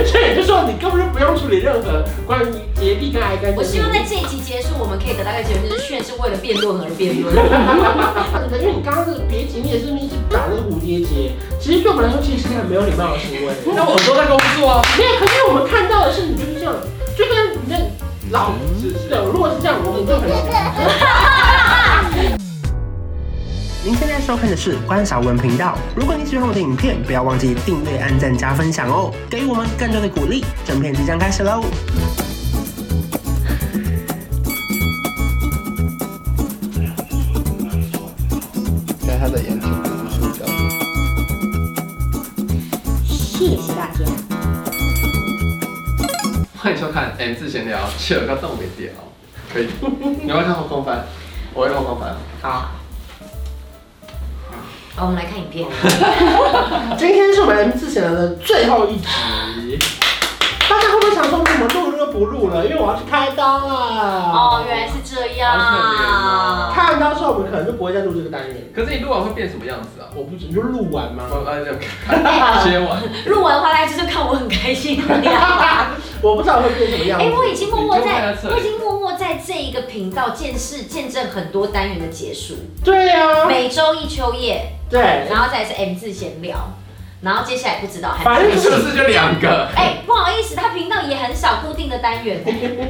你根本就不用处理任何关于洁癖跟癌症的我命希望在运。这一集结束，我们可以得到一个结论，就是炫是为了辩论而辩 论。 因为你刚刚是别急，你也是一直打那个蝴蝶结，其实对我们来说，其实是很没有礼貌的行为。 那我都在工作啊，没有，可是我们看到的是你就是这样，就跟你的老是是的，如果是这样，我们就很喜欢。您现在收看的是关少文频道。如果你喜欢我的影片，不要忘记订阅、按赞、加分享哦，给予我们更多的鼓励。整片即将开始喽！现在他的眼睛不是这样。谢谢大家。欢迎收看 M 字闲聊，去了个洞没点哦，可以。你要不要看后空翻？我会后空翻。好，好，我们来看影 片。哦今天是我们 M 字闲聊的最后一集。大家会不会想说，怎么录就不录了？因为我要去开刀了。哦，原来是这好可怜哦样。开完刀之后，我们可能就不会再录这个单元。可是你录完会变什么样子啊？我不知你就录完吗？ 我按这样看， 接完。录完回来就是看我很开心的样子。我不知道会变什么样 哎、子。我已经默默在你，就看到这里我已经默默在这一个频道见识、见证很多单元的结束。对呀、每周一秋叶，对，然后再来是 M 字闲聊，然后接下来不知道还。反正是不是就 两个？哎、不好意思，他频道也很少固定的单 元。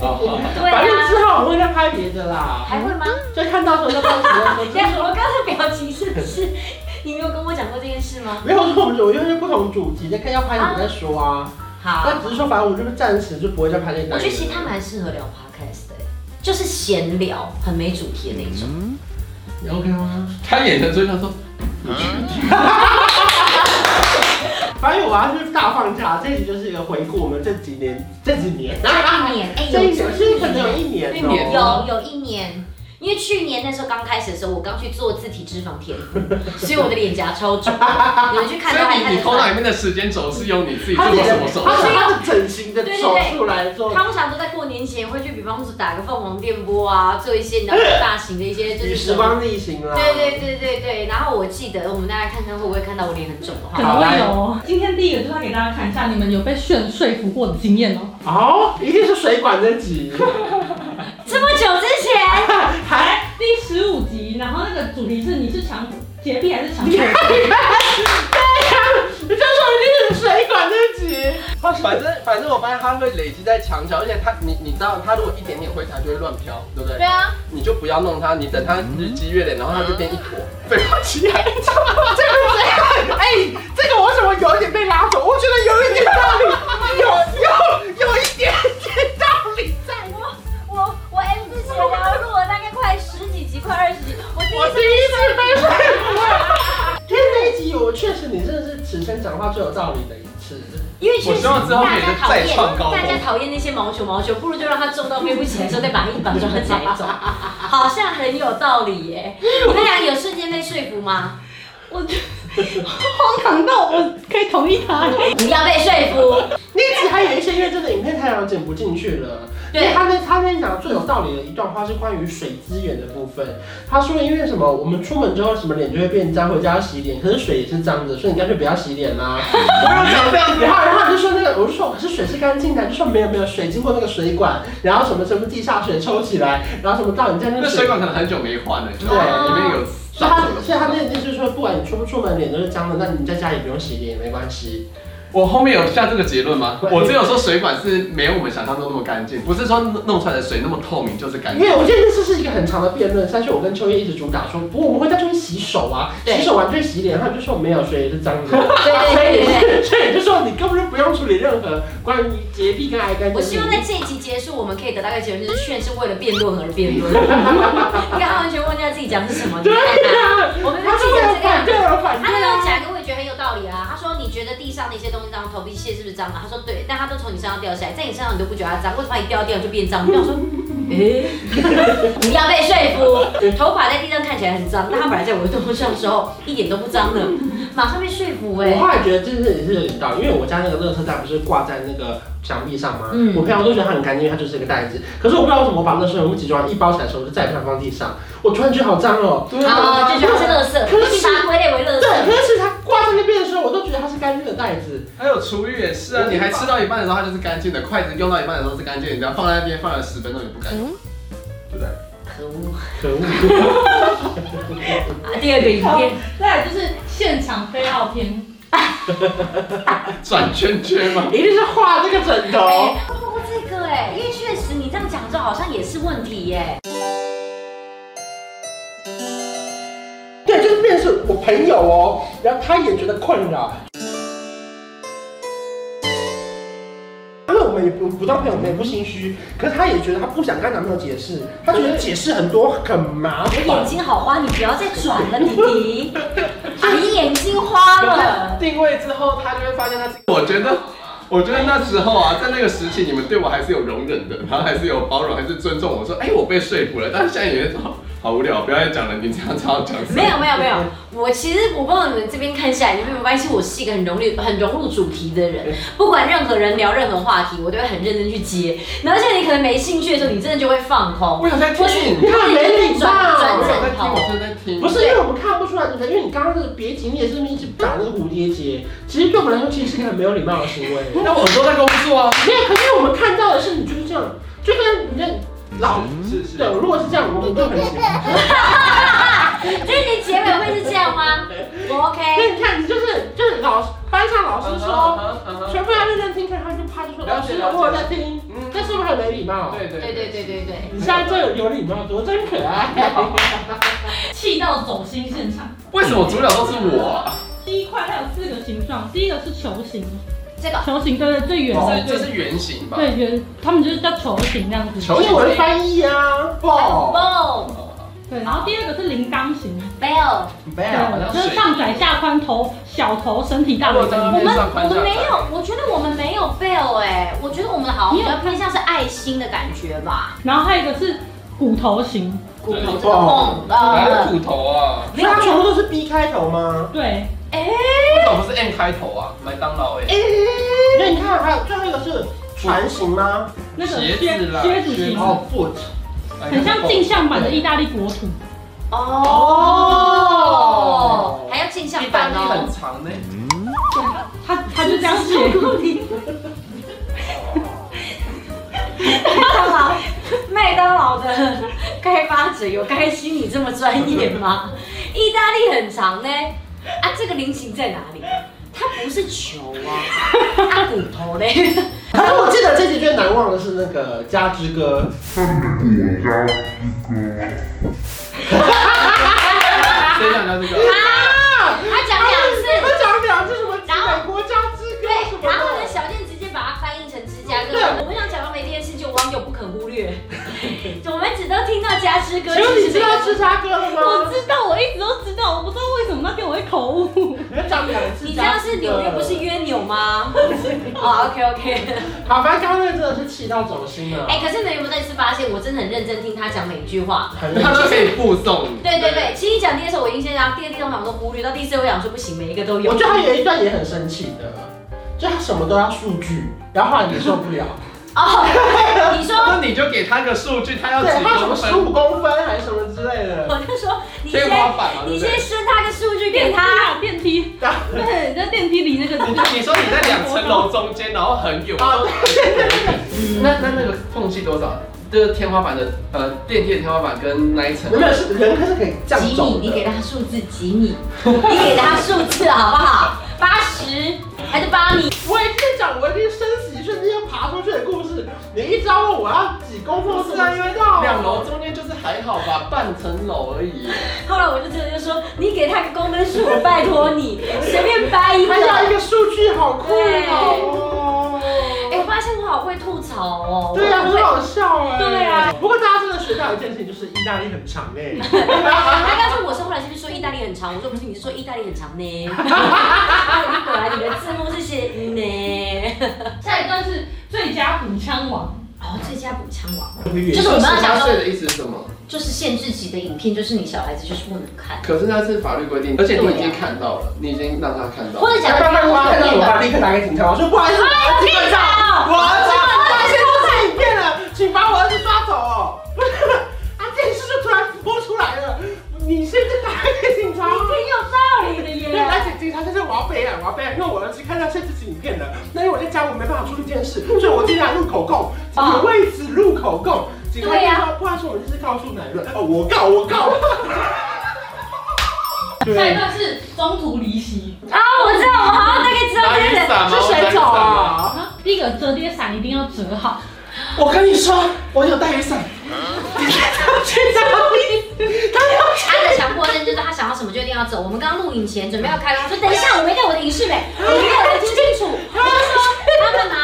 哦，对反正啊，之后我会再拍别的啦。还会吗？就看到时候再拍别的。对 啊，我刚才表情是不是？你没有跟我讲过这件事吗？没有说我们有因为不同主题，再看要拍什么再说啊。好但，只是说，反正我就是暂时就不会再拍这个单元。我觉得其实他蛮适合聊 podcast 的、就是闲聊，很没主题的那种。你 OK 吗？他眼神追他说，反正我要去大放假，这一集就是一个回顾我们这几年、这几 年、一年，哎、这一有年，是可能有一年、哦一年有有一年，因为去年那时候刚开始的时候，我刚去做自体脂肪填补，所以我的脸颊超肿。你们去看所到还以看你得你头脑里出面的时间轴是用你自己做他过什的么手他术？是他的整形的手术来做，他们常都在过年前会去，比方说打个凤凰电波啊，做一些你知道大型的一些就与是时光逆行啦。对对对对对，然后我记得我们大家看看会不会看到我脸很肿的可话，能会有哦。今天第一个就是要给大家看一下你们有被炫说服过的经验哦。哦，一定是水管那集，这么久之前，还第十五集，然后那个主题是你是强洁癖还是强迫？哎你就说一定是水管那集。反正反正我发现他会累积在墙角，而且他你你知道他如果一点点灰它就会乱飘，对不对？对啊，你就不要弄它，你等它日积月累，然后它就变一 坨，被它起来。这个我 哎、这个我怎么有一点被拉走？我觉得有一点道理，有有有一点点道理在。我我我 M 字写聊录了大概快十几集，快二十集，我第我第一次被说服。今天这一集，我确实你真的是此生讲话最有道理的一次。因为确实我希望之后大每家个讨再厌创高峰大家讨厌那些毛球毛球，不如就让它重到飞不起来的时候再把它一绑抓起来 走，好像很有道理耶。你们俩有瞬间被说服吗？我荒唐到我 可以同意啊他。不要被说 服，那一集还有一些，因为真的影片太长剪不进去了。因为对，他那他那讲最有道理的一段话是关于水资源的部分。他说，因为什么，我们出门之后什么脸就会变脏，回家要洗脸，可是水也是脏的，所以你干脆不要洗脸啦。然后讲这样子，然后然后就说那个，我就说可是水是干净的，就说没有没有，水经过那个水管，然后什么什么地下水抽起来，然后什么到你家那那水管可能很久没换了，你知道吗？对啊里面有所以他脏的。所以他那那就是说，不管你出不出门，脸都是脏的，那你在家里不用洗脸也没关系。我后面有下这个结论吗？我只有说水管是没有我们想象中那么干净，不是说弄出来的水那么透明就是干因净。为我觉得这是一个很长的辩论，但是我跟秋叶一直主打说，不过我们会在这边洗手啊，对洗手完就会洗脸，他们就说没有，水也是脏的。 对对所对对对。以所以就说你根本就不用处理任何关于洁癖跟癌干。我希望在这一集结束，我们可以得到一个结论，就是炫是为了辩论而辩 论。你看，他完全忘记他自己讲的是什么。你对看啊，他我们他是记为成了 这个样反对。而反子他那对时候啊。讲一个我也觉得很有道理啊。他说你觉得地上那些东西脏，头皮屑是不是脏啊？他说对，但他都从你身上掉下来，在你身上你都不觉得它脏，为什么一掉掉就变脏？我想说，诶、 不要被说服。头发在地上看起来很脏，但它本来在我的头上的时候一点都不脏呢，马上被说服哎、我后来觉得这是也是有点道理，因为我家那个垃圾袋不是挂在那个墙壁上吗？嗯我平常都觉得它很干净，因为它就是一个袋子。可是我不知道为什么我把垃圾容器装一包起来的时候，我就再也不想放地上。我突然觉得好脏哦。对啊，就觉得它是垃圾，可是你把它归类为垃对，圾。可是它挂挂在那边的时候，我都觉得它是干净的袋子。还有厨余也是啊，你还吃到一半的时候它就是干净的，筷子用到一半的时候是干净的，你只要放在那边放了十分钟也不干净，对不对？可恶！可恶！啊，第二个影好片，再来就是现场飞奥篇，转圈圈嘛， 一定是画这个枕头。哎，包括这个哎，因为确实你这样讲之后，好像也是问题欸耶。 对，就是变成是我朋友哦，然后他也觉得困扰。因为我们也不不当朋友，我们也不心虚，可是他也觉得他不想跟他男朋友解释，他觉得解释很多很麻我眼烦。睛好花，你不要再转了，弟弟。阿姨眼睛花了。定位之后他就会发现他自己。我觉得，我觉得那时候啊，在那个时期你们对我还是有容忍的，然后还是有包容，还是尊重我说，哎、我被说服了。但是现在有人说，好无聊，不要再讲了，你这样知道讲什么？没有没有没有，我其实我不知道你们这边看下来，你们有没有发现我是一个很融入很融入主题的人，不管任何人聊任何话题，我都会很认真去接。然后像你可能没兴趣的时候，你真的就会放空，我想在听，你看没礼转我转貌。有在听，我真的在听。不是因为我们看不出来你的，因为你刚刚那个别急，你也是一直打那个蝴蝶结，其实对我们来说其实是一个很没有礼貌的行为。那我都在工作啊。没有，可是我们看到的是你就是这样，就跟你的老是是对，如果是这样，我们就很喜欢。所以你结尾会是这样吗？我 OK。那你看，你就是就是老班上老师 说，说全部要认真听，可是他就怕就说了老解师了解我有在听，嗯这是不是很没礼貌？对对对对对对对，你现在这有礼貌多，真可爱。气到走心现场。为什么主角都是我啊？第一块它有四个形状，第一个是球形，这个球形对对最圆的，哦就是就是圆形吧？对圆，他们就是叫球形这样子。球因为我是翻译啊，爆 boom 对，然后第二个是铃铛形， bell，哎啊好像对，就是水哦上窄下宽，头小头，身体大我腿在那我边们上宽我下们没窄有，我觉得我们没有 bell 哎，我觉得我们好像你比有较偏向是爱心的感觉吧，然后还有一个是骨头形，骨头这个哦 boom，哪有呃，骨头啊？所以它全部都是 B 开头吗？对，哎，为什么不是 M 开头啊？麦当劳哎，因为你看，还有最后一个是船型吗？那个鞋靴子啦靴子靴形子，哦，foot。很像镜像版的意大利国土。哦，还要镜像意大版利哦很。长呢。对，他他就这样写。麦当劳， 麦当劳的开发者有开心你这么专业吗？ 意大利很长呢，啊，这个菱形在哪里？它不是球 啊，它骨头嘞。可是我记得这集最难忘的是那个《家之歌》，谁想到这个？他啊讲两次，他啊讲两次什么然后美国《家之歌》什 对，么然后的呢，。小健直接把它翻译成芝加哥对。我们想假装没这件事，就网友不肯忽 略。我们只都听到家之歌，请问你知道其实芝加哥了我吗？知道，我一直都知道，我不知道为什么那天我会口误。我讲两次。你知道是纽约不是约纽 吗？哦 o k OK。 好吧，刚刚那真的是气到走心了。哎、可是你们有没有再次发现，我真的很认真听他讲每一句话？很他都可以附送。对对对，其实一讲第一的时候我已经先讲，第二、第三场都忽略，到第四我想说不行，每一个都有。我觉得他有一段也很生气的，就他什么都要数据，然后后来你受不了，哦， 你说，那你就给他个数据，他要对几他什么公十分？五公分还是什么之类的，我就说你天先花板嘛，对你不对先？伸他个数据 给电梯他，啊，电梯，然后对，在电梯里那个。你说你在两层楼中间，然后很远，啊那那那个缝隙多少？就是天花板的呃电梯的天花板跟那一层没有是人还是可以这样几米走，你给的。他数字几米，你给他数字好不好？八十还是八米？我已经讲我已经生死一瞬间要爬出去的故事，你一直要问我要几公分，我自然以为到啊两楼中间就是还好吧，半层楼而已。后来我就真的就说，你给他个公分数，我拜托你，随便掰一个。还要一个数据，好酷对哦！哎、我发现我好会吐槽哦。对啊，我很好笑哎。对啊，不过大家真的学到一件事情，就是意大利很长哎。他刚说我是后来是不是说意大利很长？我说不是，你是说意大利很长 呢？你果然你的字幕是写呢。下一段是最佳补枪王，哦，最佳补枪王就是我们要讲18说岁的意思是什么？就是限制级的影片，就是你小孩子就是不能嗯看，可是那是法律规定，而且你已经看到了，你已经让他看啊到或了。者讲爸的爸，天我要看到我花板那爸个。立刻打给警察，我说不好意思，我儿子被抓，我儿子发现录在影片了，请把我儿子抓走哦。啊，电视就突然播出来了，你现在打给警察你。挺有道理的对，耶。而且警察在这啊片了。那因为我在家我没办法处理这件事，所以我今天来录口供，请为此录口供。警察对呀就说不然说我们就是告诉乃论，哦，我告我 告。下对，一段是中途离席。啊，我知道，我好像大概知道这些人是水手哦。啊，第一个折叠伞一定要折好，我跟你说，我有带雨 伞。他的强迫症就是他想要什么就一定要走。我们刚刚录影前准备要开工，说等一下我没带我的影视美，我没有来听清楚。他就说他干嘛？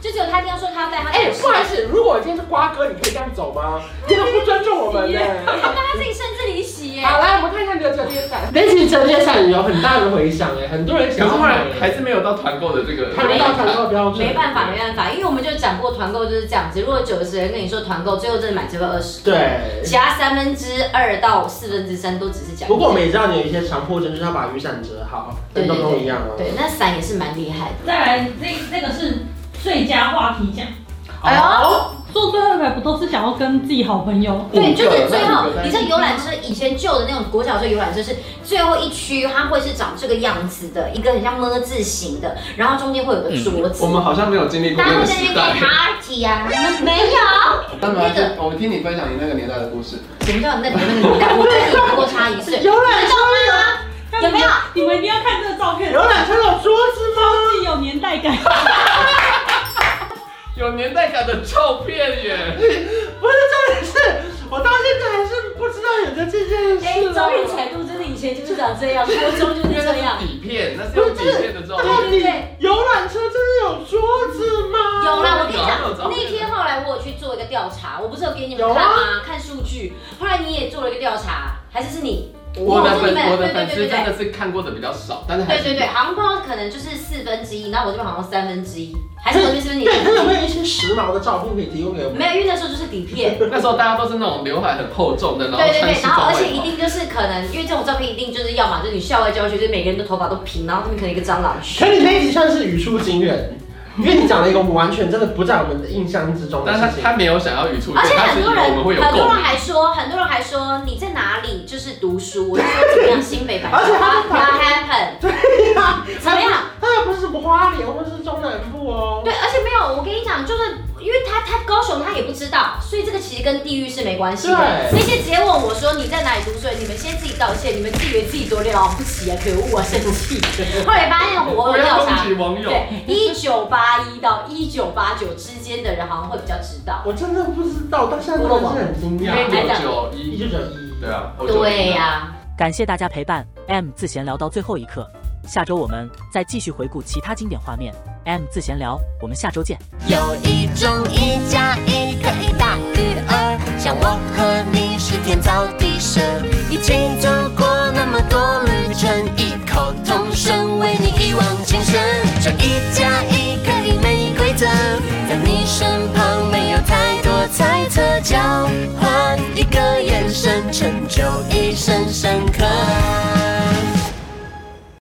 就只有他一定要说他要带他的哎、影视不好美意。思，如果我今天是瓜哥，你可以这样走吗？你都不尊重我们 呢、他他自己擅自离席耶。好，来我们看一下你的折叠伞。但其实折叠伞有很大的回响哎，很多人可是想要后买来。还是没有到团购的这个，还没到团购标准，没办法，没办法，因为我们就讲过团购就是这样子。如果九十人跟你说团购，最后真的买这个二十，对。其他三分之二到四分之三都只是讲。不过我们也知道你有一些强迫症，就是要把雨伞折好，对跟对东东对一样哦。对，那伞也是蛮厉害的。再来那那个是最佳话题奖。哎呦，坐最后一排不都是想要跟自己好朋友？对，就是最后五个那，你这游览车以前旧的那种国小车游览车是最后一区，它会是长这个样子的，一个很像么字形的，然后中间会有个嗯桌子我，们好像没有经历过大家那会个在那时边代开。party 啊，没有。那么那个我听你分享你那个年代的故事，什么叫你在你们年代？我跟你多差一岁，游览你知道吗？有没有？你们一定要看这个照片，游览车有桌子吗？超级有年代感。有年代感的照片 耶！不是，重点是我到现在还是不知道有的这件哎事，照片啊。彩度真的以前就是长这样，初中就是这样。底片，那是用底片的照片。到底游览车真的有桌子吗？有啦，我跟你啊有啊讲，照片那天后来我有去做一个调查，我不是有给你们有啊看吗？看数据，后来你也做了一个调查，还是是你？我的忘了粉是你们我的对对粉对丝对真对的是看过的比较少，但是对还是对对，航空可能就是四分之一，然后我这边好像三分之一，还是对我这边是不是你？对，他有没有一些时髦的照片可以提供给我们？没有，因为那时候就是底片。那时候大家都是那种刘海很厚重的，然后对对穿对，西然后装而外且一套。定就是可能，因为这种照片一定就是要么就是你校外教学，就是每个人的头发都平，然后这边可能一个蟑螂须可。你那一集算是语出惊人，因为你讲了一个我们完全真的不在我们的印象之中的但是事他情。他没有想要语出惊而人，且他很只以多为人我们会有很多共人鸣。还说，很多人还说你在哪里就是读书，我就说怎么样新北百而且川他，What happened？怎 么样？他又不是什么花莲或是中南部哦。对，而且没有，我跟你讲，就是因为他他高雄他也不知道，所以这个其实跟地域是没关系的。对那些直接问我说你在哪里读书，你们先自己道歉，你们自以为自己多了不起啊，可恶啊，生气。后来发现 我不有要调攻查击，网友。对，一九八一到一九八九之间的人好像会比较知道。我真的不知道，到现在真的是很惊因讶。为还讲九九一一，九九一，对啊，我九一对呀、感谢大家陪伴 M 自闲聊到最后一刻，下周我们再继续回顾其他经典画面。M 自闲聊，我们下周见。有一种一加一可以大于二，像我和你是天造